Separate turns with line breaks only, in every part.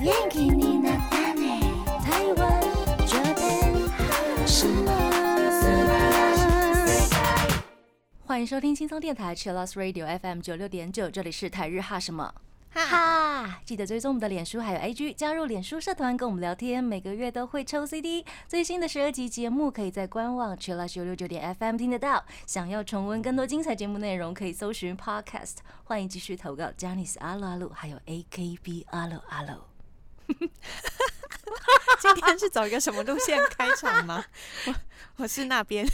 元気になったね台湾这边什么？
欢迎收听轻松电台 Chillus Radio FM 九六点九，这里是台日哈什么哈，记得追踪我们的脸书还有 IG，加入脸书社团跟我们聊天，每个月都会抽 CD，最新的十二集节目可以在官网 Chillus 九六九点 FM 听得到。想要重温更多精彩节目内容，可以搜寻 Podcast。欢迎继续投稿 j a n i c e 阿鲁阿鲁，还有 AKB 阿鲁阿鲁。
今天是走一个什么路线开场 吗？我我是那边，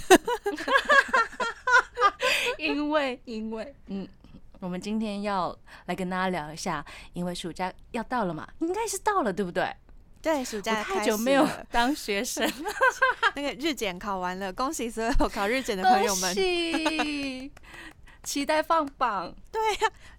因为，因为，嗯，我们今天要来跟大家聊一下，因为暑假要到了嘛，应该是到了，对不对？
对，暑
我
假
太
开
久
始
没有
了
当学生，
那个日检考完了，恭喜所有考日检的朋友们。
们， 期待放榜，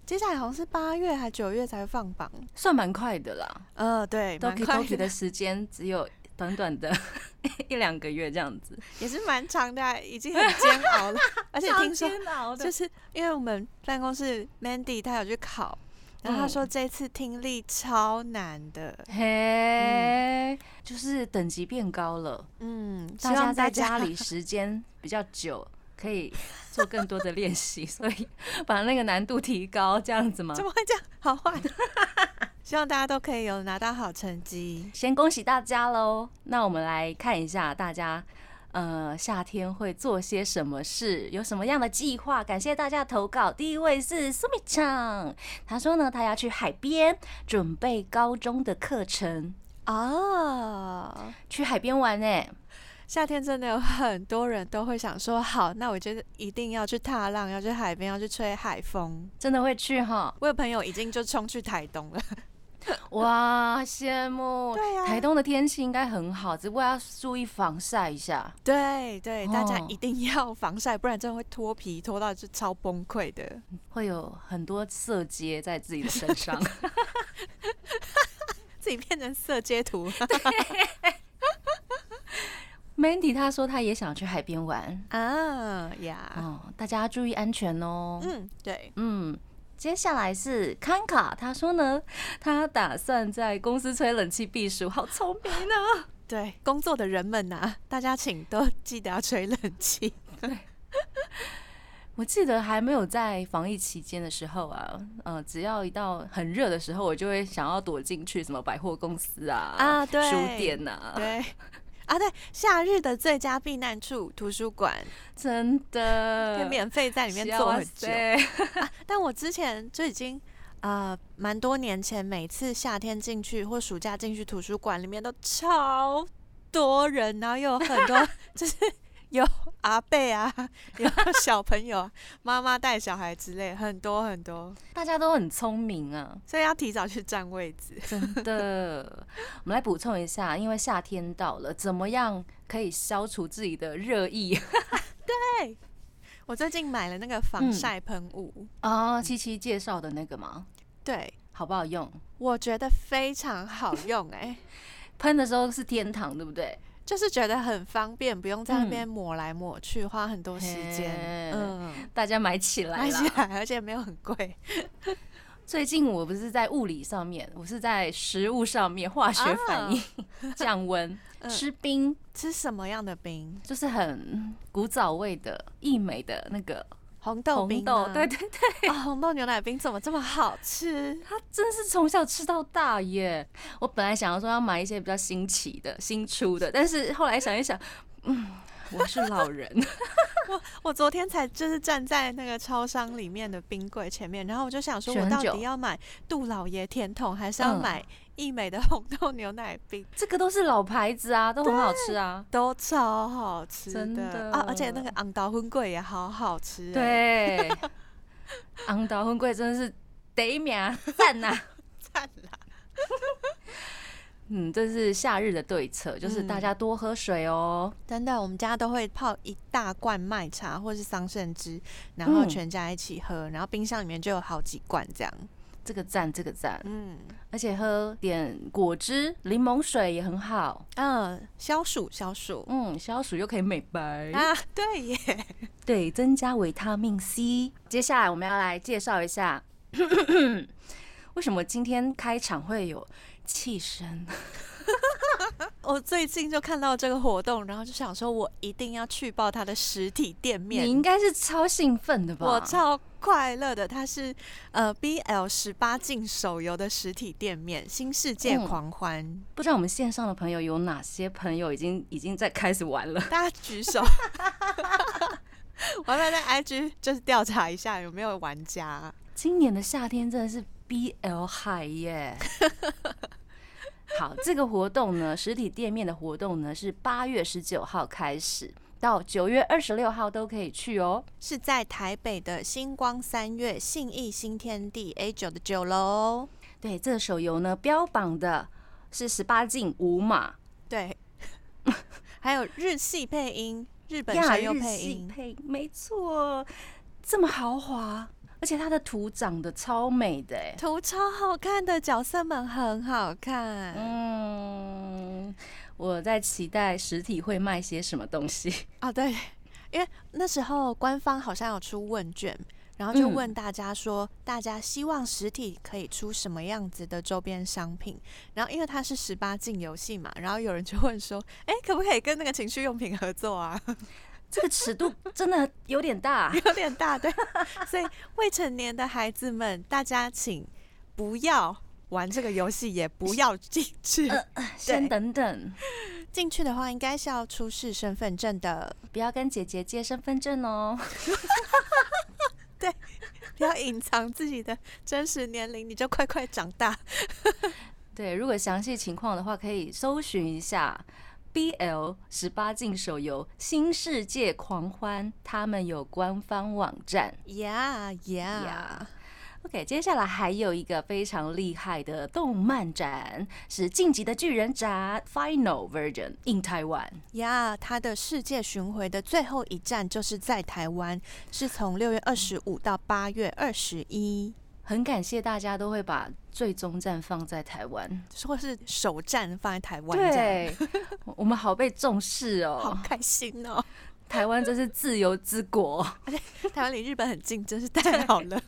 接下来好像是八月还九月才会放榜，
算蛮快的啦。
呃，对，
都
蛮
可以
快
都可以 的时间只有短短的 一两个月这样子，
也是蛮长的啊、已经很煎熬 了。而且听说，就是是因为我们办公室 Mandy 她有去考，然后她说这次听力超难的。
嘿，就是等级变高了，
嗯，希
大家
望
在
大
家
家
里时间比较久，可以做更多的练习，所以把那个难度提高，这样子吗
怎？么会这样？好坏。希望大家都可以有拿到好成绩。
先恭喜大家喽！那我们来看一下大家，呃，夏天会做些什么事，有什么样的计划？感谢大家投稿。第一位是苏米唱，他说呢，他要去海边准备高中的课程，
哦，
去海边玩呢、
夏天真的有很多人都会想说，好，那我觉得一定要去踏浪，要去海边，要去吹海风。
真的会去哈？
我有朋友已经就冲去台东了。
哇，羡慕！
对呀
台东的天气应该很好，只不过要注意防晒一下。
对对，大家
哦
一定要防晒，不然真的会脱皮，脱到就超崩溃的。
会有很多色阶在自己的身上。
自己变成色阶图
Mandy 她说她也想去海边玩，
啊呀，
哦，大家要注意安全哦。
嗯，对，
嗯，接下来是康卡，他说呢， 他打算在公司吹冷气避暑，好聪明啊！
对，工作的人们呐、啊大家请都记得要吹冷气。
我记得还没有在防疫期间的时候啊，呃，只要一到很热的时候，我就会想要躲进去什么百货公司啊、
啊对
书店啊，
对，啊对，夏日的最佳避难处图书馆，
真
可以
的，
免费在里面坐很久。
哇啊塞
但我之前就已经。呃，蛮多年前，每次夏天进去或暑假进去图书馆，里面都超多人，然后又有很多， 就是有阿贝啊，有小朋友啊，妈妈带小孩之类，很多很多，
大家都很聪明啊。
所以要提早去占位置。
真的，我们来补充一下，因为夏天到了，怎么样可以消除自己的热意
我最近买了那个防
嗯
晒喷雾，
啊？七七介绍的那个吗？
对
好不好用？
我觉得非常好用、哎，
喷的时候是天堂，对不对？
就是觉得很方便，不用在那
嗯
边抹来抹去，花很多时间。
嘿
嗯，
大家买起来
买
啦
起！来，而且没有很贵。
最近我不是在物理上面，我是在食物上面，化学反应、 降温、
啊嗯
吃冰，
吃什么样的冰？
就是很古早味的、益美的那个
红豆
红
冰
豆
吗，，
对对对，
啊，红豆牛奶冰怎么这么好吃？
它真是从小吃到大耶！我本来想要说要买一些比较新奇的、新出的，但是后来想一想，嗯，我是老人，
我昨天才就是站在那个超商里面的冰柜前面，然后我就想说，
选
我
很
到
久
底要买杜老爷甜筒，还是要
嗯
买益美的红豆牛奶冰？
这个都是老牌子啊，都很好吃啊。
都超好吃
真的
啊！而且那个昂达荤桂也好好吃、欸，
对，昂达婚贵真的是得名啊 赞啊呐！
赞啦！
嗯，这是夏日的对策，就是大家多喝水哦。
真的，我们家都会泡一大罐麦茶或是桑葚汁，然后
嗯
全家一起喝，然后冰箱里面就有好几罐这样。
这个赞，这个赞，
嗯
而且喝点果汁、柠檬水也很好。
嗯，消暑消暑
嗯，消暑又可以美白
啊，对耶，
对，增加维他命 C。接下来我们要来介绍一下， 为什么今天开场会有气声？
我最近就看到这个活动，然后就想说，我一定要去报它的实体店面。
你应该是超兴奋的吧？
我超快乐的，它是呃 BL 十八禁手游的实体店面《新世界
嗯
狂欢》
不知道我们线上的朋友有哪些朋友已经已经在开始玩了。
大家举手。 我要不要在 IG 就是调查一下有没有玩 家、啊
今年的夏天真的是 BL 海耶。 好，这个活动呢，实体店面的活动呢是八月十九号开始，到九月二十六号都可以去哦。
是在台北的星光三月信义新天地 A 九的九楼。
对，这个手游呢标榜的是十八禁无码，
对， 还有日系配音，日本
亚
声优
日
配
系
音，
配，没错，这么豪华，而且它的图长得超美的哎。
图超好看的，角色们很好看。
嗯，我在期待实体会卖些什么东西。
哦，对， 因为那时候官方好像有出问卷，然后就
嗯
问大家说，大家希望实体可以出什么样子的周边商品？然后因为它是十八禁游戏嘛，然后有人就问说，哎，可不可以跟那个情趣用品合作啊？，
这个尺度真的有点大
有点大， 对，所以未成年的孩子们，大家请不要。玩这个游戏也不要进 去，
先等等，
呃进去的话应该是要出示身份证的，
不要跟姐姐借身份证哦。
不要隐藏自己的真实年龄，你就快快长大。
对，如果详细情况的话，可以搜寻一下 BL 十八禁手游《新世界狂欢》，他们有官方网站。
Yeah, yeah.
Yeah. OK，接下来还有一个非常厉害的动漫展，是《晋级的巨人》展 Final Version in Taiwan。
呀，它的世界巡回的最后一站就是在台湾，是从六月二十五到八月二十一，
很感谢大家都会把最终站放在台湾，
说是首站放在台湾，这样，
对，我我们好被重视
好
哦。
开心 哦！
台湾真是自由之国，
台湾离日本很近，真是太好了。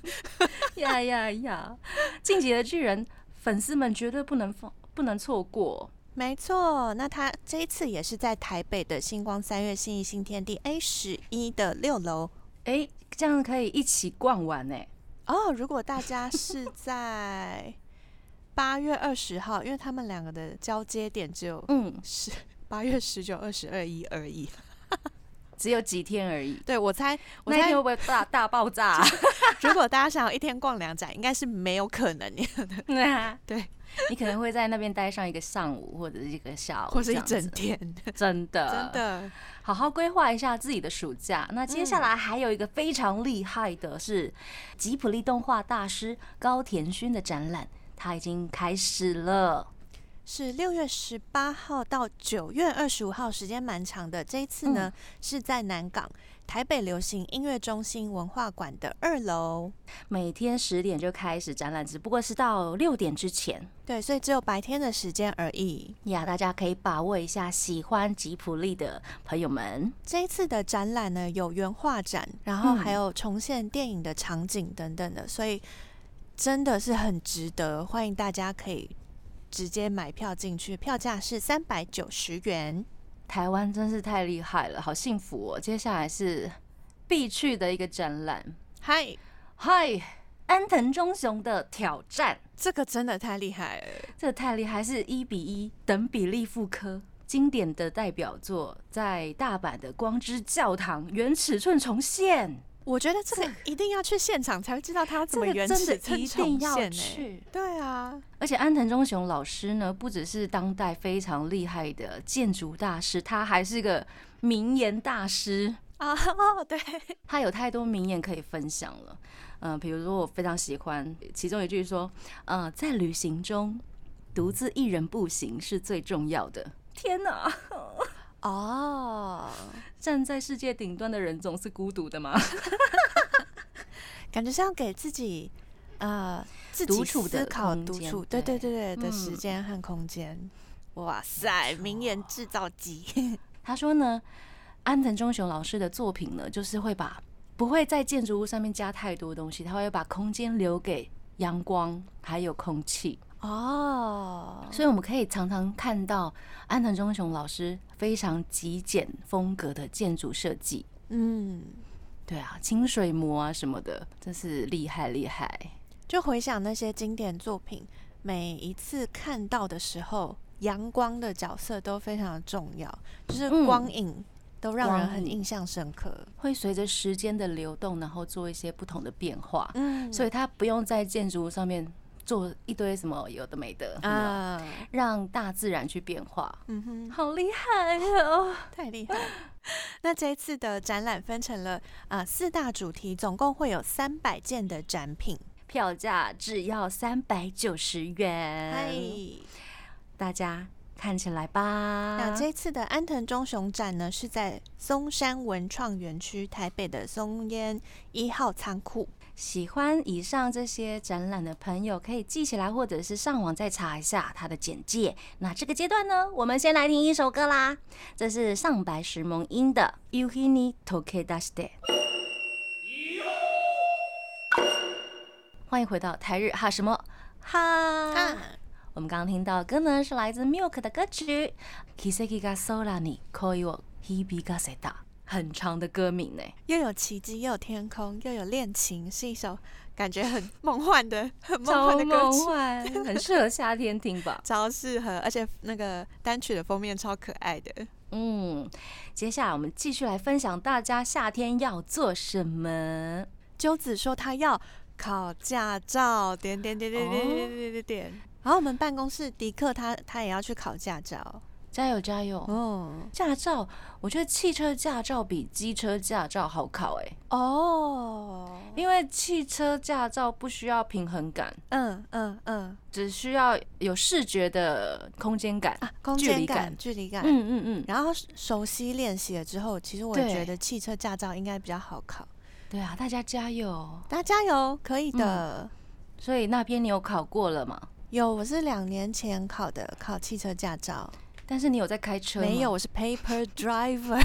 呀呀呀！晋级的巨人，粉丝们绝对不能放，不能错过。
没错，那它这一次也是在台北的星光三月新一新天地 A 十一的六楼。
哎、这样可以一起逛完哎、
哦，如果大家是 在八月二十号，因为他们两个的交接点只有
嗯，
十八月十九、二十二、一而已。
只有几天而已。
对我猜，我
那一
猜
天会不会大大爆炸、啊？
如果大家想要一天逛两展，应该是没有可能的， 对，
你可能会在那边待上一个上午或者是一个下午，
或是一
哦这样
整
子
天，
真的
真的。
好好规划一下自己的暑假。那接下来还有一个非常厉害的是吉普力动画大师高田勋的展览，他已经开始了。
是六月十八号到九月二十五号，时间蛮长的。这一次呢、是在南港台北流行音乐中心文化馆的二楼，
每天十点就开始展览，只不过是到六点之前。
对，所以只有白天的时间而已。
呀，大家可以把握一下，喜欢吉普力的朋友们。
这一次的展览呢，有原画展，然
嗯
后还有重现电影的场景等等的，所以真的是很值得，欢迎大家可以直接买票进去，票价是三百九十元。
台湾真是太厉害了，好幸福哦！接下来是必去的一个展览，
嗨，
嗨，安藤忠雄的挑战。
这个真的太厉害了！
这太厉害，是一比一等比例复刻，经典的代表作，在大阪的光之教堂原尺寸重现，
我觉得这个一定要去现场才会知道它要怎
这
么
个
原
真
始
的
寸
一
重
定要
现、欸。
去。
对啊，
而且安藤忠雄老师呢，不只是当代非常厉害的建筑大师，他还是个名言大师。
啊、 哦，对，
他有太多名言可以分享了。嗯、比如说我非常喜欢其中一句说，呃，在旅行中，独自一人步行是最重要的。天哪！
哦，
站在世界顶端的人总是孤独的 嘛，
感觉是要给自己呃自
独
己
处的
思考
空
独
间
处，对对
对
对对的时
嗯
间和空间。哇塞，名言制造机
他说呢，安藤忠雄老师的作品呢，就是会把不会在建筑物上面加太多东西，他会把空间留给阳光还有空气，
哦，
所以我们可以常常看到安藤忠雄老师非常极简风格的建筑设计。
嗯，
对啊，清水模啊什么的，真是厉害厉害。
就回想那些经典作品，每一次看到的时候，阳光的角色都非常的重要，就是
嗯
光影、都让人
光
很
影
印象深刻。
会随着时间的流动，然后做一些不同的变化，
嗯
所以他不用在建筑物上面做一堆什么有的没的，啊、
啊，
让大自然去变化。
嗯哼，
好厉害哦！
太厉害了。那这一次的展览分成了啊、四大主题，总共会有三百件的展品。
票价只要三百九十嗯
嗨、
元，大家看起来吧。
那这次的安藤忠雄展呢，是在松山文创园区台北的松烟一号仓库。
喜欢以上这些展览的朋友，可以记起来，或者是上网再查一下它的简介。那这个阶段呢，我们先来听一首歌啦，这是上白石萌音的《夕日に溶け出して》。欢迎回到台日哈什么哈。
啊
我们刚刚听到的歌呢，是来自 Milk 的歌曲《Kiseki ga sora ni koi wo hibi ga seta》，很长的歌名呢。
又有奇迹，又有天空，又有恋情，是一首感觉很梦幻的、 很梦
超
幻的歌
梦
曲，
幻，很适合夏天听吧。
超适合，而且那个单曲的封面超可爱的。
嗯，接下来我们继续来分享大家夏天要做什么。
鸠子说他要考驾照，点点点点点点点点点。然后我们办公室迪克他他也要去考驾照
加油加油！
哦
驾照，我觉得汽车驾照比机车驾照好考哎、
哦，
因为汽车驾照不需要平衡感，
嗯嗯嗯
只需要有视觉的空间感。
啊，空
距
间
离
感
感
距离感。
嗯嗯嗯，
然后熟悉练习了之后，其实我也
对
觉得汽车驾照应该比较好考。
对啊，大家加油！
大家加油，可以
嗯
的。
所以那边你有考过了吗？
有，我是两年前考的，考汽车驾照。
但是你有在开车吗
没有，，我是 paper driver。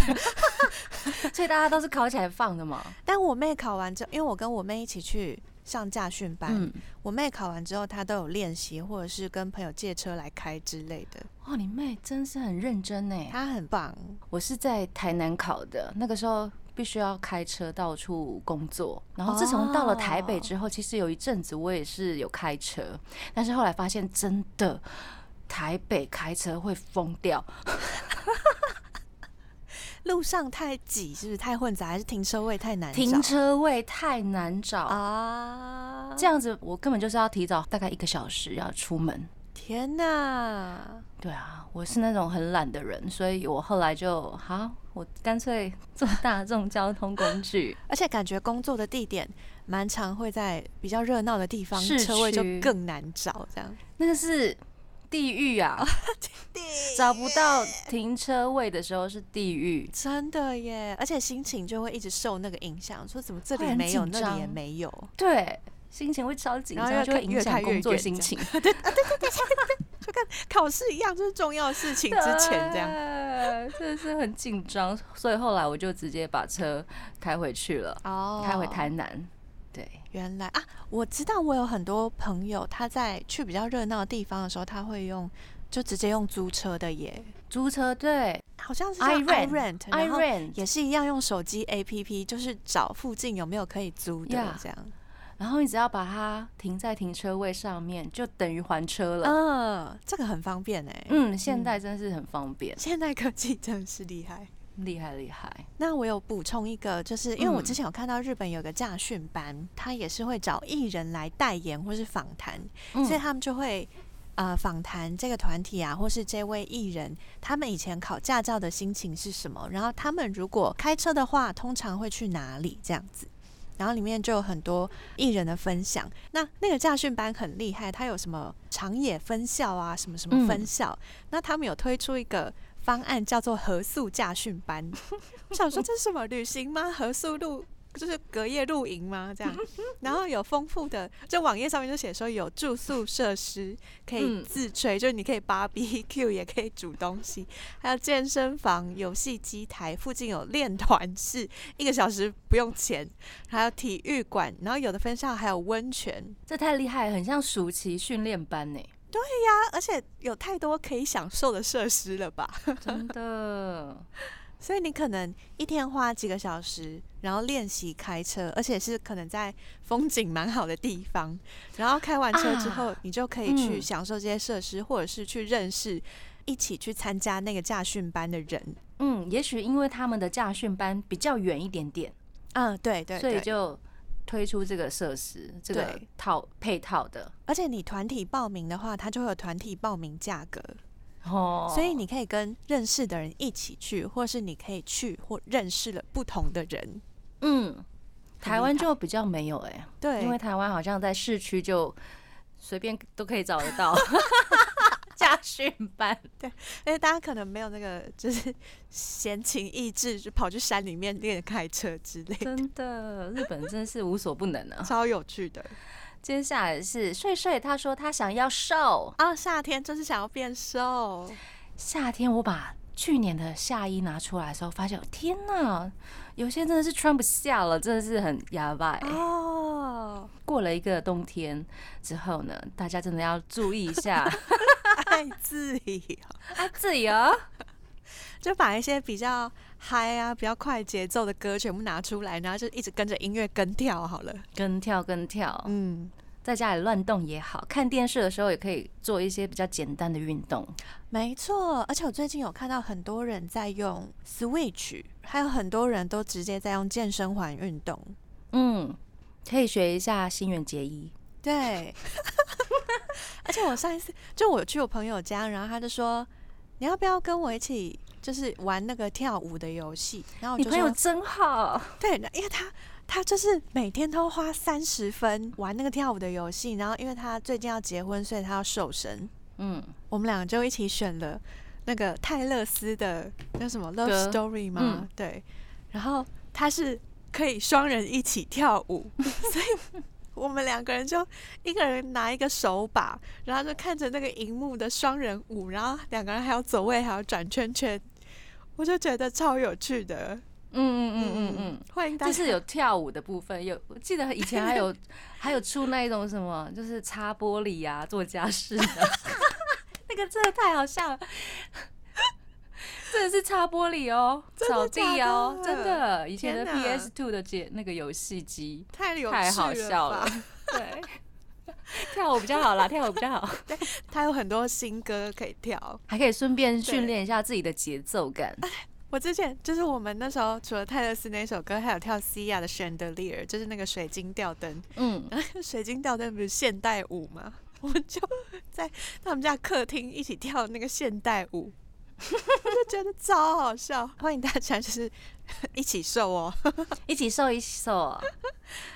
所以大家都是考起来放的嘛。
但我妹考完之后，因为我跟我妹一起去上驾训班，
嗯，
我妹考完之后，她都有练习，或者是跟朋友借车来开之类的。
哇，你妹真是很认真哎。
她很棒，
我是在台南考的，那个时候必须要开车到处工作。然后自从到了台北之后，其实有一阵子我也是有开车，但是后来发现真的台北开车会疯掉，
路上太挤，是不是太混杂，还是停车位太难找？
停车位太难找。
啊！
这样子，我根本就是要提早大概一个小时要出门。
天哪！
对啊，我是那种很懒的人，所以我后来就好，我干脆坐大众交通工具。
而且感觉工作的地点蛮常会在比较热闹的地方，
市
车位就
区
更难找，这样。
那个是地狱啊！找不到停车位的时候是地狱。
真的耶，而且心情就会一直受那个影响，说怎么这
会
里
很
没有，
紧
那里也
张
没有。
对，心情会超紧
然后
张，
越
就会
看
影
越看
响
越
工作
远
心
这样
情。
考试一样，就是重要的事情之前 这样。
样，真的是很紧张，所以后来我就直接把车开回去了，
哦
开回台南。对，
原来啊，我知道我有很多朋友，他在去比较热闹的地方的时候，他会用就直接用租车的耶，
租车对
好像是叫
i
iRent，
rent i
然后
rent，
也是一样用手机 APP，就是找附近有没有可以租的
Yeah
这样。
然后你只要把它停在停车位上面，就等于还车了。
嗯，这个很方便哎。
嗯，现在真是很方便，
现代科技真是厉害。
厉害厉害。
那我有补充一个，就是因为我
嗯
之前有看到日本有个驾训班，他也是会找艺人来代言或是访谈，
嗯
所以他们就会呃访谈这个团体啊，或是这位艺人，他们以前考驾照的心情是什么，然后他们如果开车的话，通常会去哪里这样子。然后里面就有很多艺人的分享。那那个驾训班很厉害，它有什么长野分校啊，什么什么
嗯
分校。那他们有推出一个 方案叫做合宿驾训班，我想说这是什么旅行吗？合宿路就是隔夜露营吗？这样，然后有丰富的，就网页上面就写说有住宿设施可以
嗯
自炊，就是你可以 barbecue，也可以煮东西，还有健身房、游戏机台，附近有练团室，一个小时不用钱，还有体育馆，然后有的分校还有温泉，
这太厉害，很像暑期训练班呢，
啊，而且有太多可以享受的设施了吧？
真的。
所以你可能一天花几个小时，然后练习开车，而且是可能在风景蛮好的地方，然后开完车之后，你就可以去
嗯
享受这些设施，或者是去认识一起去参加那个驾训班的人。
嗯，也许因为他们的驾训班比较远一点点，
嗯，对对
所以
对，
就推出这个设施，这个
对
套配套的
而且你团体报名的话，它就会有团体报名价格，
哦。
所以你可以跟认识的人一起去，或是你可以去或认识了不同的人。
嗯，台湾
厉害
就比较没有哎、
对，
因为台湾好像在市区就随便都可以找得到 驾训班。
因为大家可能没有那个就是闲情逸致，就跑去山里面练开车之类的，
真的，日本真是无所不能啊！
超有趣的
接下来是睡睡，他说他想要瘦。
啊！夏天就是想要变瘦，
夏天我把去年的夏衣拿出来的时候，发现天哪，有些真的是穿不下了，真的是很哑巴、
哎
欸。
哦，
过了一个冬天之后呢，大家真的要注意一 下
爱自己哦，
自由。
就把一些比较嗨啊、比较快节奏的歌全部拿出来，然后就一直跟着音乐跟跳好了。
跟跳跟跳，
嗯，
在家里乱动也好，看电视的时候也可以做一些比较简单的运动。
没错，而且我最近有看到很多人在用 Switch，还有很多人都直接在用健身环运动。
嗯，可以学一下新垣结衣。
对，而且我上一次就我去我朋友家，然后他就说你要不要跟我一起就是玩那个跳舞的游戏？然后我
你
哦就
朋友
说
真好，
对，那因为他他就是每天都花三十分玩那个跳舞的游戏，然后因为他最近要结婚，所以他要瘦身，
嗯，
我们两个就一起选了那个泰勒斯的那什么
歌
Love Story 吗？
嗯
对，然后他是可以双人一起跳 舞，所以我们两个人就一个人拿一个手把，然后就看着那个荧幕的双人舞，然后两个人还要走位，还要转圈圈，我就觉得超有趣的。
嗯嗯嗯嗯嗯，
欢迎大
就
家。
是有跳舞的部分，有我记得以前还 有还有出那一种什么，就是擦玻璃啊、做家事 的，那个真的太好笑了，真的是擦玻璃哦、
真的
扫地哦、
假的
真的，以前的
天哪
PS Two 的解那个游戏机
太有
太好
趣了
笑
吧
了，对， 跳舞比较好啦，跳舞比较 好，
他有很多新歌可以跳。
还可以顺便训练一下自己的节奏感，
我之前就是我们那时候除了泰勒斯那首歌，还有跳西亚的《Chandelier》，就是那个水晶吊灯。
嗯，
然后水晶吊灯不是现代舞吗？我们就在他们家客厅一起跳那个现代舞，我就觉得超好笑。欢迎大家就是 一起瘦哦。
一起瘦一瘦，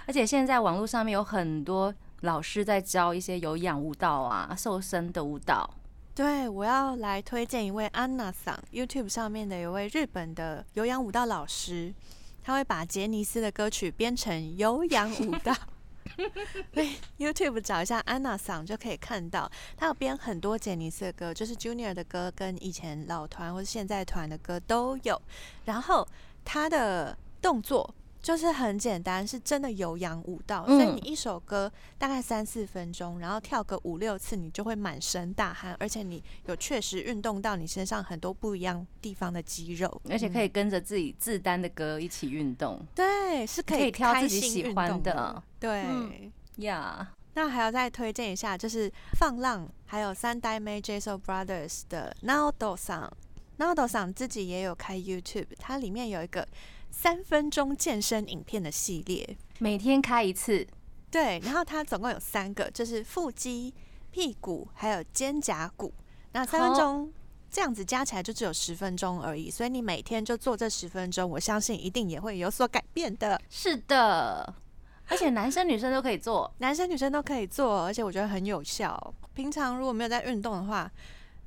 而且现在网络上面有很多老师在教一些有氧舞蹈啊、瘦身的舞蹈，
对，我要来推荐一位安娜桑 YouTube 上面的有位日本的有氧舞蹈老师，他会把杰尼斯的歌曲编成有氧舞蹈。对，YouTube 找一下安娜桑就可以看到，他有编很多杰尼斯的歌，就是 Junior 的歌跟以前老团或是现在团的歌都有。然后他的动作就是很简单，是真的有氧舞蹈，所以
嗯
你一首歌大概三四分钟，然后跳个五六次，你就会满身大汗，而且你有确实运动到你身上很多不一样地方的肌肉，
而且可
以、
以跟着自己自单的歌一起运动
对，是可
可以挑
开
自己
心
喜
运
欢
动的，
的
对。
嗯呀。
那还要再推荐一下，就是放浪，还有三代妹 JSO Brothers 的 Naoto 桑。Naoto 桑自己也有开 YouTube，它里面有一个三分钟健身影片的系列，
每天开一次，
对，然后它总共有三个，就是腹肌、屁股还有肩胛骨。那三分
好
钟这样子加起来就只有十分钟而已，所以你每天就做这十分钟，我相信一定也会有所改变的。
是的，而且男生女生都可以做。
男生女生都可以做，而且我觉得很有效。平常如果没有在运动的话，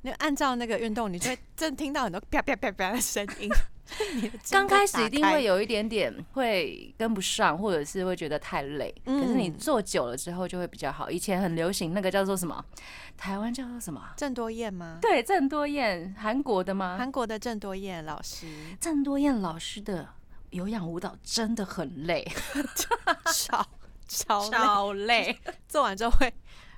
你按照那个运动，你就会真的听到很多啪啪啪啪的声 音。你的筋
刚
都
开始
打
一定
开
会有一点点会跟不上，或者是会觉得太累。可是你
嗯
做久了之后就会比较好。以前很流行那个叫做什么，台湾叫做什么啊？
郑多燕吗？
对，郑多燕，韩国的吗？
韩国的郑多燕老 师
郑多燕老师的有氧舞蹈真的很累，
超超累
累，
做完之后会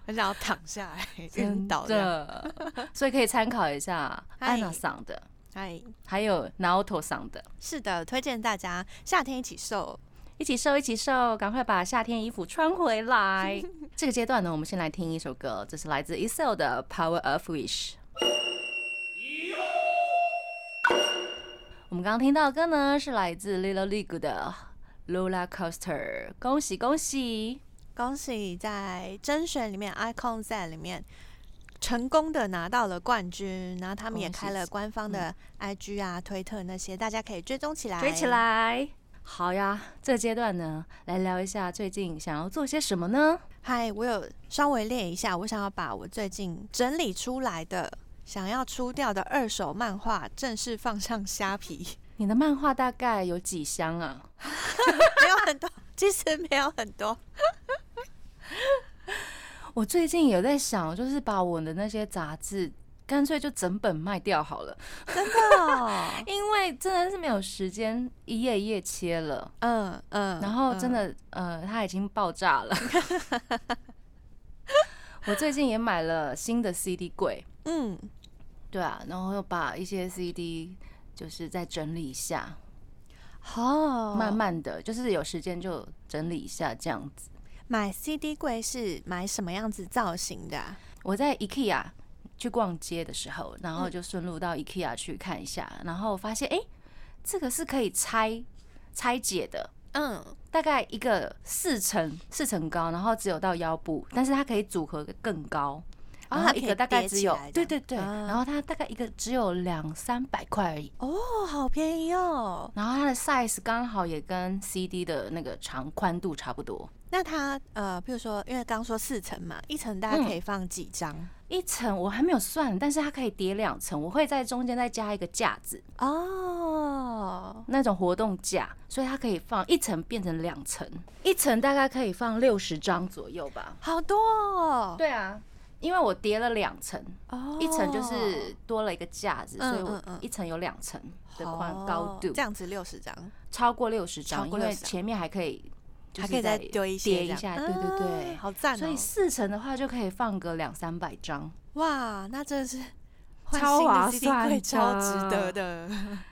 很想要躺下来晕
真
倒的。
的。所以可以参考一下
嗨
安娜桑的，
哎，
还有 Naoto 桑的。
是的，推荐大家夏天一起瘦。
一起瘦，一起瘦，赶快把夏天衣服穿回 来。这个阶段呢，我们先来听一首歌，这是来自 EXILE 的《Power of Wish》。我们刚刚听到的歌呢，是来自 Little League 的《Roller Coaster》，恭喜恭喜！
恭喜在甄选里面，Icon 在里面成功的拿到了冠军，然后他们也
恭喜
开了官方的 IG 啊、推特那些，大家可以追踪起来，
追起。来！好呀，这个阶段呢，来聊一下最近想要做些什么呢？
嗨，我有稍微列一下，我想要把我最近整理出来的想要出掉的二手漫画正式放上虾皮，
你的漫画大概有几箱啊？
没有很多，其实没有很多，
我最近有在想，就是把我的那些杂志干脆就整本卖掉好了，
真的哦、
因为真的是没有时间一页一页切了，
嗯嗯，
然后真
嗯
的呃，它已经爆炸了。 我最近也买了新的 CD 柜，
嗯，
对啊，然后又把一些 CD 就是再整理一下，
哦，
慢慢的就是有时间就整理一下这样子。
买 CD 柜是买什么样子造型的啊、
我在 IKEA 去逛街的时候，然后
嗯
就顺路到 IKEA 去看一下，然后发现哎、诶这个是可以拆拆解的，
嗯，
大概一个四层四层高，然后只有到腰部，但是它可以组合更高。
哦
然
它
后
可以
一个大概只有
叠起来这
对
样
对对，
啊
然后它大概一个只有两三百块而已，
哦，好便宜哦。
然后它的 size 刚好也跟 CD 的那个长宽度差不多，
那它呃，譬如说，因为刚说四层嘛，一层大概可
嗯
以放几张？
一层我还没有算，但是它可以叠两层，我会在中间再加一个架子，
哦，
那种活动架，所以它可以放一层变成两层，一层大概可以放六十张左右吧。
好多哦。
对啊，因为我叠了两层，
哦
一层就是多了一个架子，
嗯
所以我
嗯嗯
一层有两层的宽
好
高度
这，样子六十张。
超过六十
超
张，因
过
为
60张
前面还可以就
还
是
可以再丢一些
叠
这
一
样
下，对对对
啊。好赞哦！
所以四层的话就可以放个两三百张，
哇，那真的是换
超
新的
划
CD
算
柜超
的
值得的。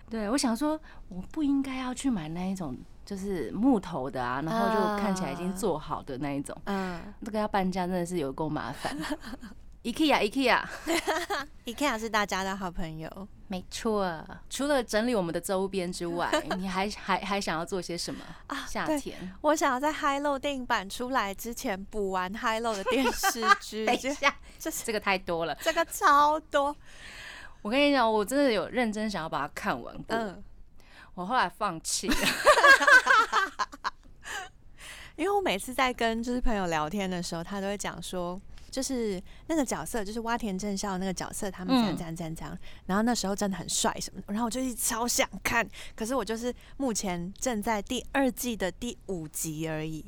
对，我想说，我不应该要去买那一种就是木头的啊，然后就看起来已经
啊
做好的那一种。
嗯
这个要搬家真的是有够麻 烦。IKEA IKEA，
，IKEA 是大家的好朋友。
没错。除了整理我们的周边之外，你还还还想要做些什 么？
啊
夏
对
天。
我想要在 High Low 电影版出来之前补完 High Low 的电视 剧，
等一
就
下，
就是
这个太多了。
这个超多。
我跟你讲，我真的有认真想要把它看完过，
嗯，
我后来放弃 了。
因为我每次在跟就是朋友聊天的时候，他都会讲说。就是那个角色，就是洼田正孝那个角色，他们怎样
嗯
怎样怎样怎样。然后那时候真的很帅什么的，然后我就一直超想看，可是我就是目前正在第二季的第五集而 已，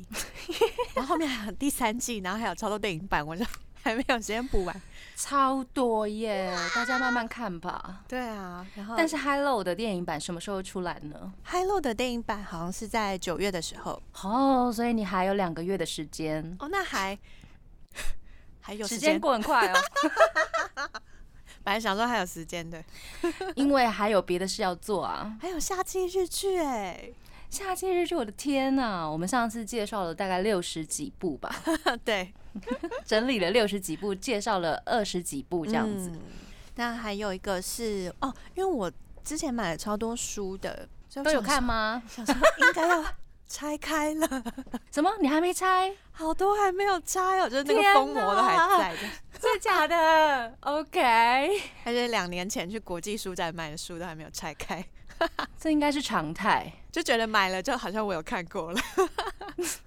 然后后面还有第三季，然后还有超多电影版，我就还没有时间补完。
超多耶，大家慢慢看吧。
对啊，然后
但是 Hello 的电影版什么时候出来呢？
High Low 的电影版好像是在九月的时候
哦，所以你还有两个月的时间，
哦，那还 还有
时
时
间
间，
过很快 哦，
本来想说还有时间的，
因为还有别的事要做啊。
还有夏季日剧哎，
夏季日剧，我的天呐、我们上次介绍了大概六十几部吧，
对，
整理了六十几部，介绍了二十几部这样子。
嗯那还有一个是哦，因为我之前买了超多书的，所以我
都有
想
看吗？
说，想 说应该要拆开了，
什么？你还没拆？
好多还没有拆哦，就是那
天
个封膜都还
哪
在 的，
真的假 的？OK，
而且两年前去国际书展买的书都还没有拆开，
这应该是常态。
就觉得买了就好像我有看过 了，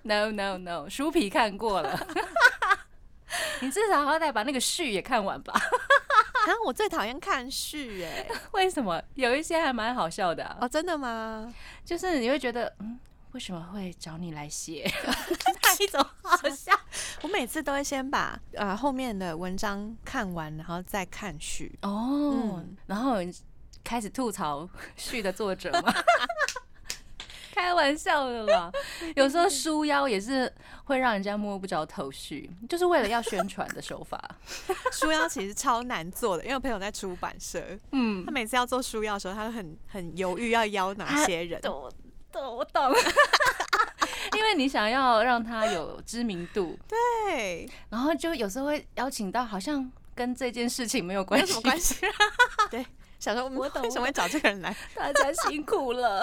No No No，书皮 看过了。你至少好歹把那个序也看完吧。
哈，啊我最讨厌看剧哎、
为什么有一些还蛮好笑的、啊？
哦，真的吗？
就是你会觉得，嗯，为什么会找你来 写？那一种好笑。
我每次都会先把呃后面的文章看完，然后再看序。
哦，
嗯
然后开始吐槽序的作者嘛， 开玩笑的啦。有时候书腰也是会让人家摸不着头绪，就是为了要宣传的手法。
书腰其实超难做的，因为我朋友在出版社，
嗯
他，每次要做书腰的时候，他都很很犹豫要邀哪些人。
懂，懂，我 懂。因为你想要让他有知名度，
对，
然后就有时候会邀请到好像跟这件事情没有
没
关
有
系，
什么关系。 对，想说我们
我懂
为什么会找这个人来？
大家辛苦了。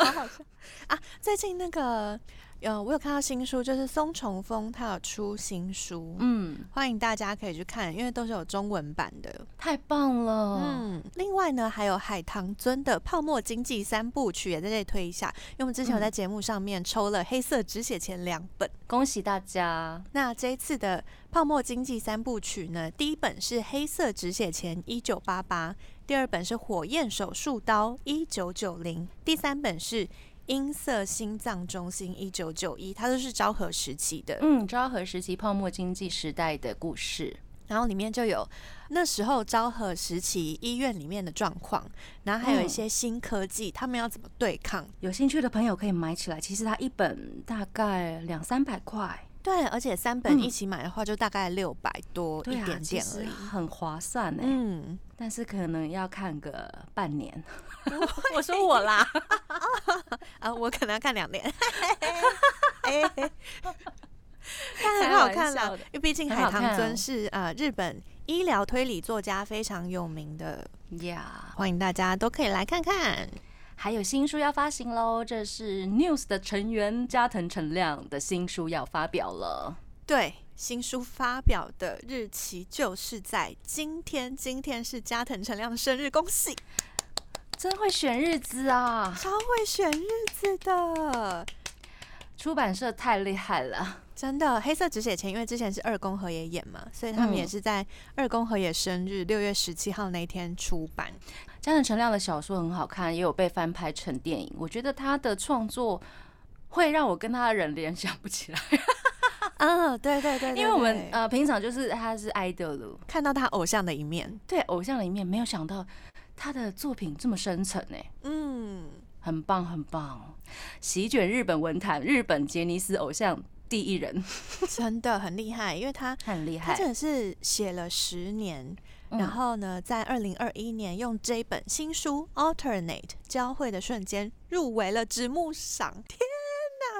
啊， 最近那个呃，我有看到新书，就是松重峰他有出新书，
嗯，
欢迎大家可以去看，因为都是有中文版的。
太棒了。
嗯，另外呢，还有海棠尊的《泡沫经济三部曲》也在这里推一下，因为我们之前有在节目上面抽了《黑色止血前》两本。
恭喜大家。
那这一次的泡沫经济三部曲呢，第一本是《黑色止血前》一九八八，第二本是《火焰手术刀》一九九零，第三本是《音色心脏中心》一九九一，它都是昭和时期的。
嗯，昭和时期泡沫经济时代的故事。
然后里面就有那时候昭和时期医院里面的状况，然后还有一
嗯
些新科技，他们要怎么对抗？
有兴趣的朋友可以买起来，其实它一本大概两三百块，
对，而且三
嗯
本一起买的话，就大概六百多一
对啊
点
其
点
实
而已。
很划算呢、
嗯，
但是可能要看个半年。我 说我啦，
啊，我可能要看两 年，哎但很好看
开玩
啦
笑的，
因为毕竟
很好
海
看
棠尊
哦
是呃日本医疗推理作家非常有名的，
呀、
欢迎大家都可以来看看。
还有新书要发行喽，这是 News 的成员加藤成亮的新书要发表了。
对，新书发表的日期就是在今天，今天是加藤成亮的生日，恭喜！
真会选日子啊！
超会选日子的，
出版社太厉害了。
真的。黑色止血前，因为之前是二宫和也演嘛，所以他们也
嗯
是在二宫和也生日六月十七号那一天出版。
加藤成亮的小说很好看，也有被翻拍成电影。我觉得他的创作会让我跟他的人联想不起来，
嗯，对对对对
因为我们
对
呃平常就是他是 idol，
看到他偶像的一面。
对偶像里面没有想到他的作品这么深沉哎、
嗯，
很棒很棒，哦席卷日本文坛，日本杰尼斯偶像第一人，
真的很厉害，因为他
很厉
他
害。
真的是写了十年，
嗯
然后呢，在二零二一年用这一本新书《Alternate 交汇的瞬间》入围了直木赏，天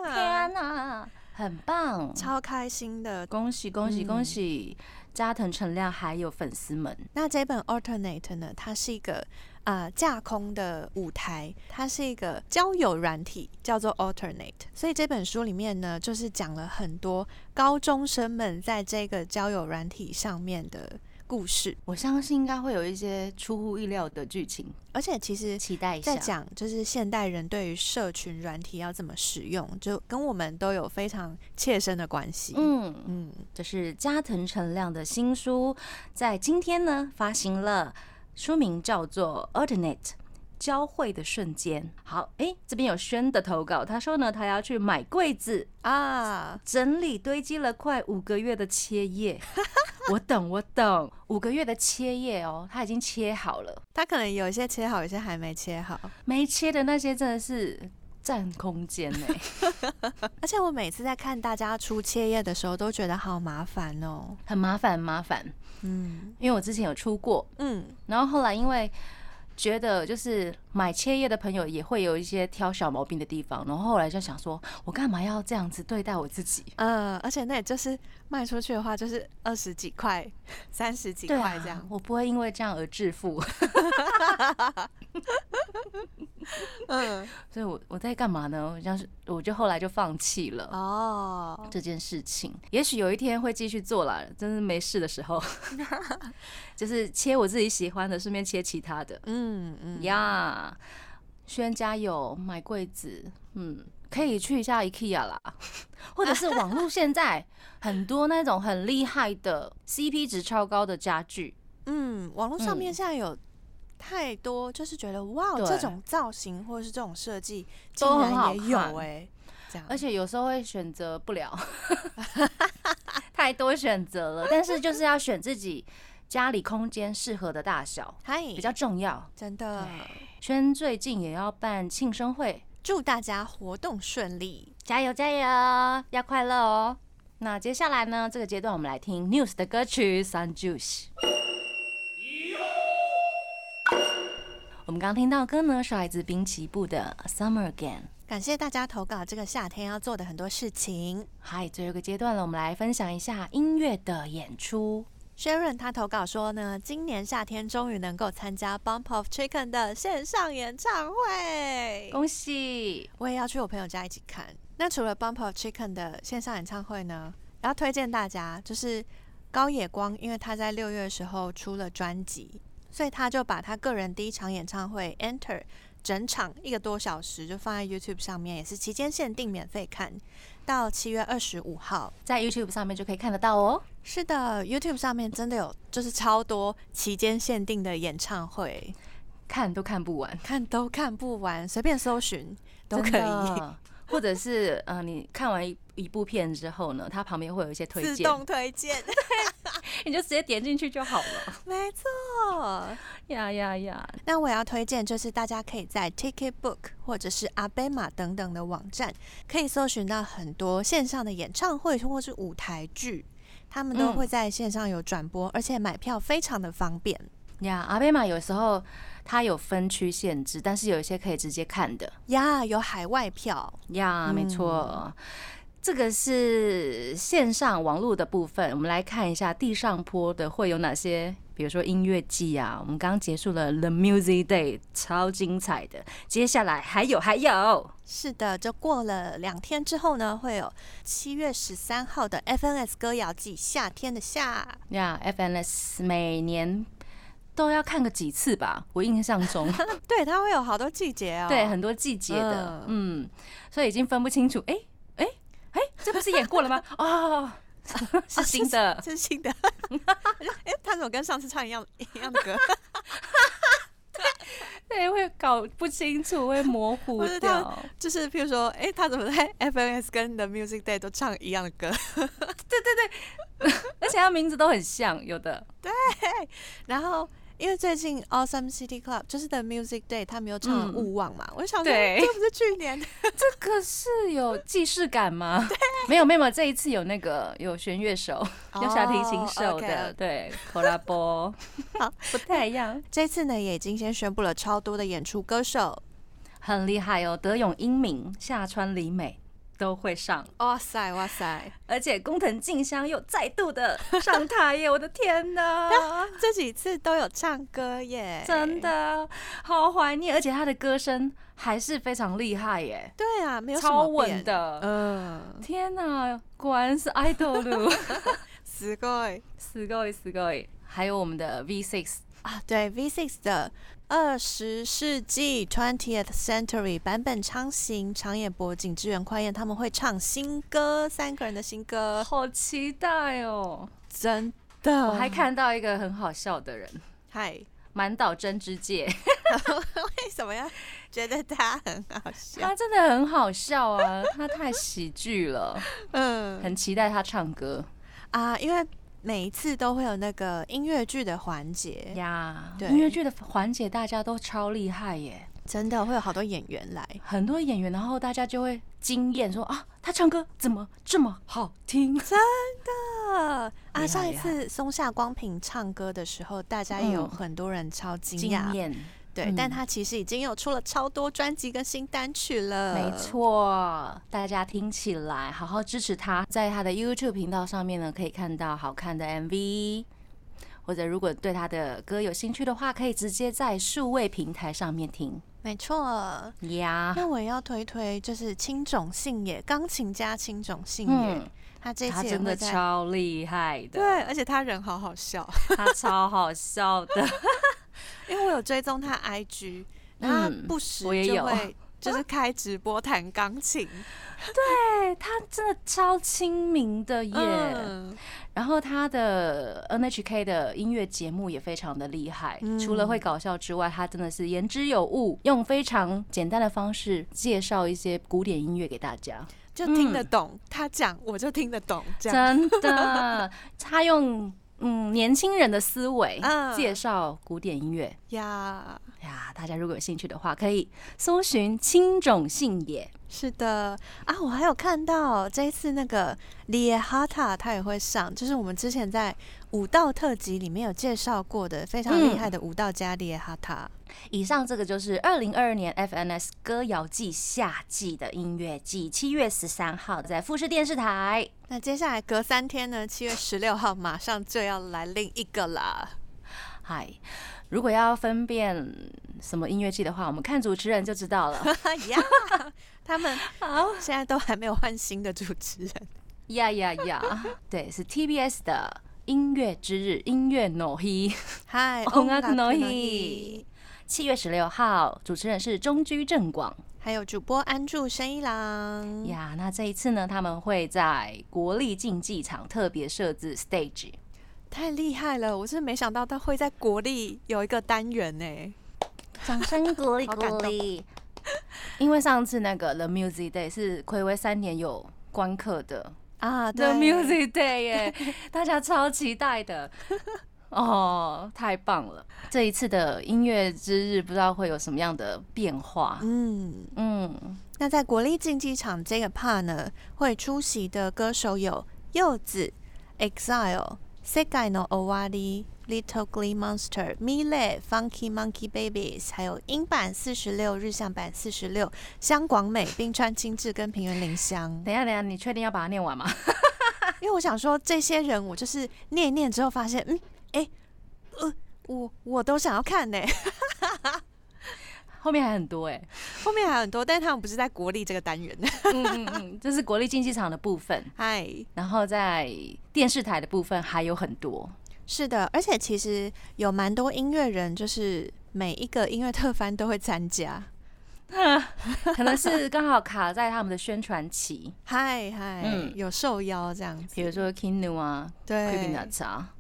哪，
天哪、很棒！
超开心的！
恭喜恭喜
嗯
恭喜！加藤成亮还有粉丝们，
那这本《Alternate》呢，它是一个呃架空的舞台，它是一个交友软体，叫做 Alternate。所以这本书里面呢，就是讲了很多高中生们在这个交友软体上面的故事，
我相信应该会有一些出乎意料的剧情，
而且其实
期待一下。
在讲就是现代人对于社群软体要怎么使用，就跟我们都有非常切身的关系。
嗯，
嗯
这是加藤成亮的新书，在今天呢发行了，书名叫做《Alternate》。交汇的瞬间，好，诶，这边有轩的投稿，他说呢，他要去买柜子，
啊，
整理堆积了快五个月的切 叶。我懂，我懂，五个月的切叶哦，他已经切好了，
它可能有一些切好，有一些还没切好。
没切的那些真的是占空间呢、
而且我每次在看大家出切页的时候，都觉得好麻烦哦。
很麻烦，很麻烦。
嗯
因为我之前有出过，
嗯，
然后后来因为觉得就是买切叶的朋友也会有一些挑小毛病的地方，然后后来就想说，我干嘛要这样子对待我自己？
呃，而且那也就是卖出去的话，就是二十几块、三十几
对
块
啊
这样。
我不会因为这样而致富，
嗯，
所以我我在干嘛呢？我像是我就后来就放弃了。
哦，
这件事情，也许有一天会继续做啦。真是没事的时候， 就是切我自己喜欢的，顺便切其他的。
嗯嗯，
呀，轩加油，买柜子，嗯，可以去一下 IKEA 啦， 或者是网络现在很多那种很厉害的 CP 值超高的家具，
嗯，网络上面
嗯
现在有太多，就是觉得哇，
对
这种造型或者是这种设计竟
都很好
然也有
看
哎、这样，
而且有时候会选择不了， 太多选择了。但是就是要选自己家里空间适合的大小，
嗨，
比较哎重要。
真的，
轩最近也要办庆生会，
祝大家活动顺利。
加油加油，要快乐哦！那接下来呢？这个阶段我们来听 News 的歌曲《Sun Juice》。我们刚听到歌呢，是来自滨崎步的《Summer Again》。
感谢大家投稿这个夏天要做的很多事情。
嗨，最后一个阶段了，我们来分享一下音乐的演出。
Sharon 他投稿说呢，今年夏天终于能够参加 Bump of Chicken 的线上演唱会，
恭喜！
我也要去我朋友家一起看。那除了 Bump of Chicken 的线上演唱会呢，然后推荐大家就是高野光，因为他在六月的时候出了专辑，所以他就把他个人第一场演唱会 Enter 整场一个多小时就放在 YouTube 上面，也是期间限定免费看，到七月二十五号。
在 YouTube 上面就可以看得到哦。
是的，YouTube 上面真的有就是超多期间限定的演唱会，
看都看不完，
看都看不完，随便搜寻都可
真
以。
的。或者是呃，你看完一一部片之后呢，它旁边会有一些 推
自
荐，
动推荐，
你就直接点进去就好了。
没错。
呀呀呀！
那我要推荐就是大家可以在 Ticket Book 或者是 Abema 等等的网站，可以搜寻到很多线上的演唱会或是舞台剧，他们都
嗯
会在线上有转播，而且买票非常的方便。
呀，阿贝玛有时候它有分区限制，但是有一些可以直接看的。
呀有海外票，
呀，没错，这个是线上网络的部分。我们来看一下地上坡的会有哪些，比如说音乐季啊，我们刚结束了 The Music Day，超精彩的。接下来还有还有，
是的，就过了两天之后呢，会有七月十三号的 FNS 歌谣季夏天的夏，
呀，FNS 每年。都要看个几次吧，我印象 中，
对，它会有好多季节哦。
对，很多季节的，嗯，所以已经分不清楚，哎、哎、哎、这不是演过了吗？哦， 是新的，
这是新的。哎、他怎么跟上次唱一样一样的歌？
对，会搞不清楚，会模糊
或者他
掉。
就是譬如说，哎、他怎么在 FNS 跟 The Music Day 都唱一样的歌？
而且他名字都很像，有的
然后因为最近 Awesome City Club 就是 The Music Day，他们又唱了
嗯
《勿忘》嘛，我就想说，
对
这不是去年的？
这个是有既视感 吗？没有没有，这一次有那个有弦乐手，有
哦
小提琴手的
OK
对 c o l a b
好
不太一 样，
这次呢，也已经先宣布了超多的演出歌手。
很厉害哦。德永英明、下川里美都会上，
哇塞哇塞！
而且工藤静香又再度的上台耶！我的天 哪，
这几次都有唱歌耶，
真。的好怀念，而且他的歌声还是非常厉害耶。
对啊，没有什么
超稳
变，
的，
嗯，
天呐，果然是 idol，
すごい
すごいすごい。还有我们的 V6，
啊！对 V6 的二十世纪 （Twentieth Century） 版本昌行、长野博、景之源快彦他们会唱新歌，三个人的新歌，哦
好期待哦！
真的。
我还看到一个很好笑的人，
嗨，
满岛真之 介，
为什么要觉得他很好笑？
他真的很好笑啊，他太喜剧了，
嗯
很期待他唱歌
啊，因为每一次都会有那个音乐剧的环节，
呀。
哎对
音乐剧的环节大家都超厉害耶，
真的会有好多演员来。
很多演员，然后大家就会惊艳说啊，他唱歌怎么这么好听？
啊
厉害
啊！上一
厉害
次松下光平唱歌的时候，大家也有
嗯
很多人超惊
惊
讶，
艳，嗯
对，但他其实已经有出了超多专辑跟新单曲了，
没。错，大家听起来好好支持他，在他的 YouTube 频道上面呢，可以看到好看的 MV，或者如果对他的歌有兴趣的话，可以直接在数位平台上面听
没
啊
错，
呀。
那我也要推推，就是青冢信也，钢琴家青冢信也，
嗯，
他这
他
次也
真
会
的
在，
超厉害的，
对，而且他人好好笑，
他超好笑的。
因为我有追踪他 IG，然后他
嗯
不时
我也
就
有
会就是开直播弹钢琴，
对哎他真的超亲民的耶。
嗯
然后他的 NHK 的音乐节目也非常的厉害，
嗯
除了会搞笑之外，他真的是言之有物，用非常简单的方式介绍一些古典音乐给大家。
就听
嗯
得懂，他讲我就听得懂，这样
真的， 他用嗯年轻人的思维
嗯
介绍古典音乐
呀。
呀。大家如果有兴趣的话，可以搜寻青冢信也。
是的啊，我还有看到这一次那个里耶哈塔他也会上，就是我们之前在武道特辑里面有介绍过的非常
嗯
厉害的武道家里耶哈塔。
以上这个就是二零二二年 FNS 歌谣季夏季的音乐季，七月十三号在富士电视台。
那接下来隔三天呢，七月十六号马上就要来另一个啦。
嗨，如果要分辨什么音乐季的话，我们看主持人就知道 了。
呀，他们现在都还没有换新的主持人。
呀呀呀， 对，是 TBS 的音乐之日，音乐 No He。
嗨，
音楽
楽
の
の
日
日
七月十六号，主持人是中居正广
还有主播安住生一郎。
呀。那这一次呢，他们会在国立竞技场特别设置 stage。
太厉害了！我真的没想到他会在国立有一个单元呢、
掌声鼓励
好感动鼓
励。因为上次那个 The Music Day 是暌违三年有观课的
啊，对
The Music Day 耶， 大家超期待的。 哦，太棒了！这一次的音乐之日，不知道会有什么样的变化。
嗯，
嗯，
那在国立竞技场这个 part 呢，会出席的歌手有柚子、Exile、世界の終わり、Little Glee Monster、Mile、Funky Monkey Babies，还有英版四十六、日向版四十六、香广美、冰川清志跟平原绫香。
等一下等一下，你确定要把它念完吗？
因为我想说，这些人我就是念一念之后发现，嗯，哎、呃，我我都想要看呢、
后面还很多哎。
后面还有很多，但他们不是在国立这个单元。
嗯嗯嗯，这是国立竞技场的部分，
嗨，
然后在电视台的部分还有很多。
是的，而且其实有蛮多音乐人，就是每一个音乐特番都会参加。
可能是刚好卡在他们的宣传 期，
嗨嗨，
嗯
有受邀这样子，
比如说 Kinu 啊、Creepy
对
Nuts 啊，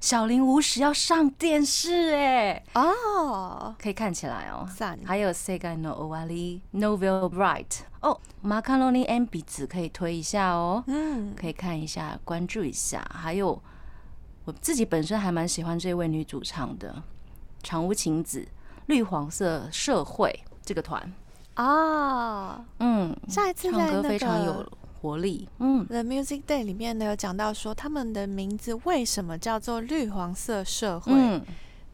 小林无时要上电视哎、
哦，
可以看起来哦。
赞
还有 Sega No Owali、Novel Bright 哦，Macaroni and 笔子可以推一下哦，
嗯，
可以看一下、关注一下。还有我自己本身还蛮喜欢这位女主唱的长屋晴子，绿黄色社会这个团，
哦，
嗯，
下一次在
唱歌
那
非常
个
有活力，嗯
The Music Day 里面呢，有讲到说他们的名字为什么叫做绿黄色社会，
嗯，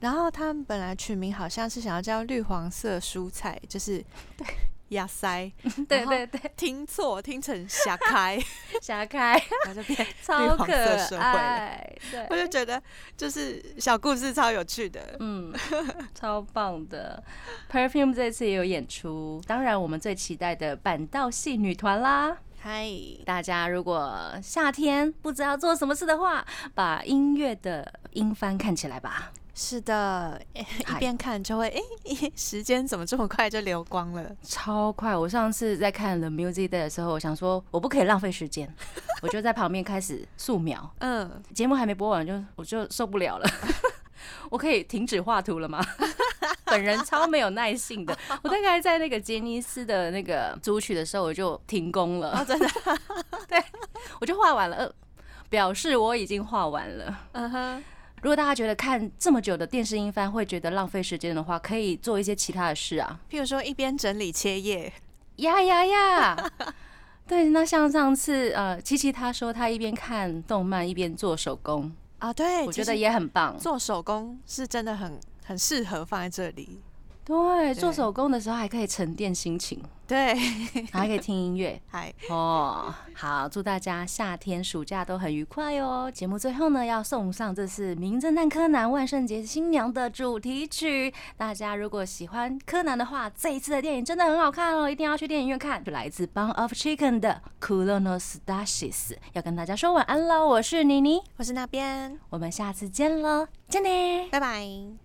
然后他们本来取名好像是想要叫绿黄色蔬菜，就是
对
亚塞，
对
然后
对对，
听错听成霞开，
霞 开
然后就变
超可
黄色社会
爱，
我
对，
就觉得就是小故事超有趣的。
嗯，超棒的。Perfume 这次也有演出，当然我们最期待的板道系女团啦。
嗨，
大家如果夏天不知道做什么事的话，把音乐的音帆看起来吧。
是的，诶
嗨
一边看就会哎、诶时间怎么这么快就流光了？
超快！我上次在看 The Music Day 的时候，我想说我不可以浪费时间，我就在旁边开始素描。
嗯，
节目还没播完就我就受不了了， 我可以停止画图了吗？ 本人超没有耐性的，我大概在那个杰尼斯的那个组曲的时候我就停工了，
哦
真的， 对，我就画完了，呃，表示我已经画完了。
嗯哼，
如果大家觉得看这么久的电视音番会觉得浪费时间的话，可以做一些其他的事啊，
譬如说一边整理切页，
呀呀呀！ 对，那像上次呃，七七他说他一边看动漫一边做手工，
啊，对，
我
其
觉
实
得也很棒。
做手工是真的很很适合放在这里。
对，做
对
手工的时候还可以沉淀心情，
对，
还可以听音乐
嗨，
哦。好，祝大家夏天暑假都很愉快哦。节目最后呢，要送上这是《名侦探柯南：万圣节新娘》的主题曲。大家如果喜欢柯南的话，这一次的电影真的很好看哦，一定要去电影院看。来自 Bun of Chicken 的《Kuronos t a s h i s 要跟大家说晚安喽。我是妮妮，
我是那边，
我们下次见喽，再见。
拜拜。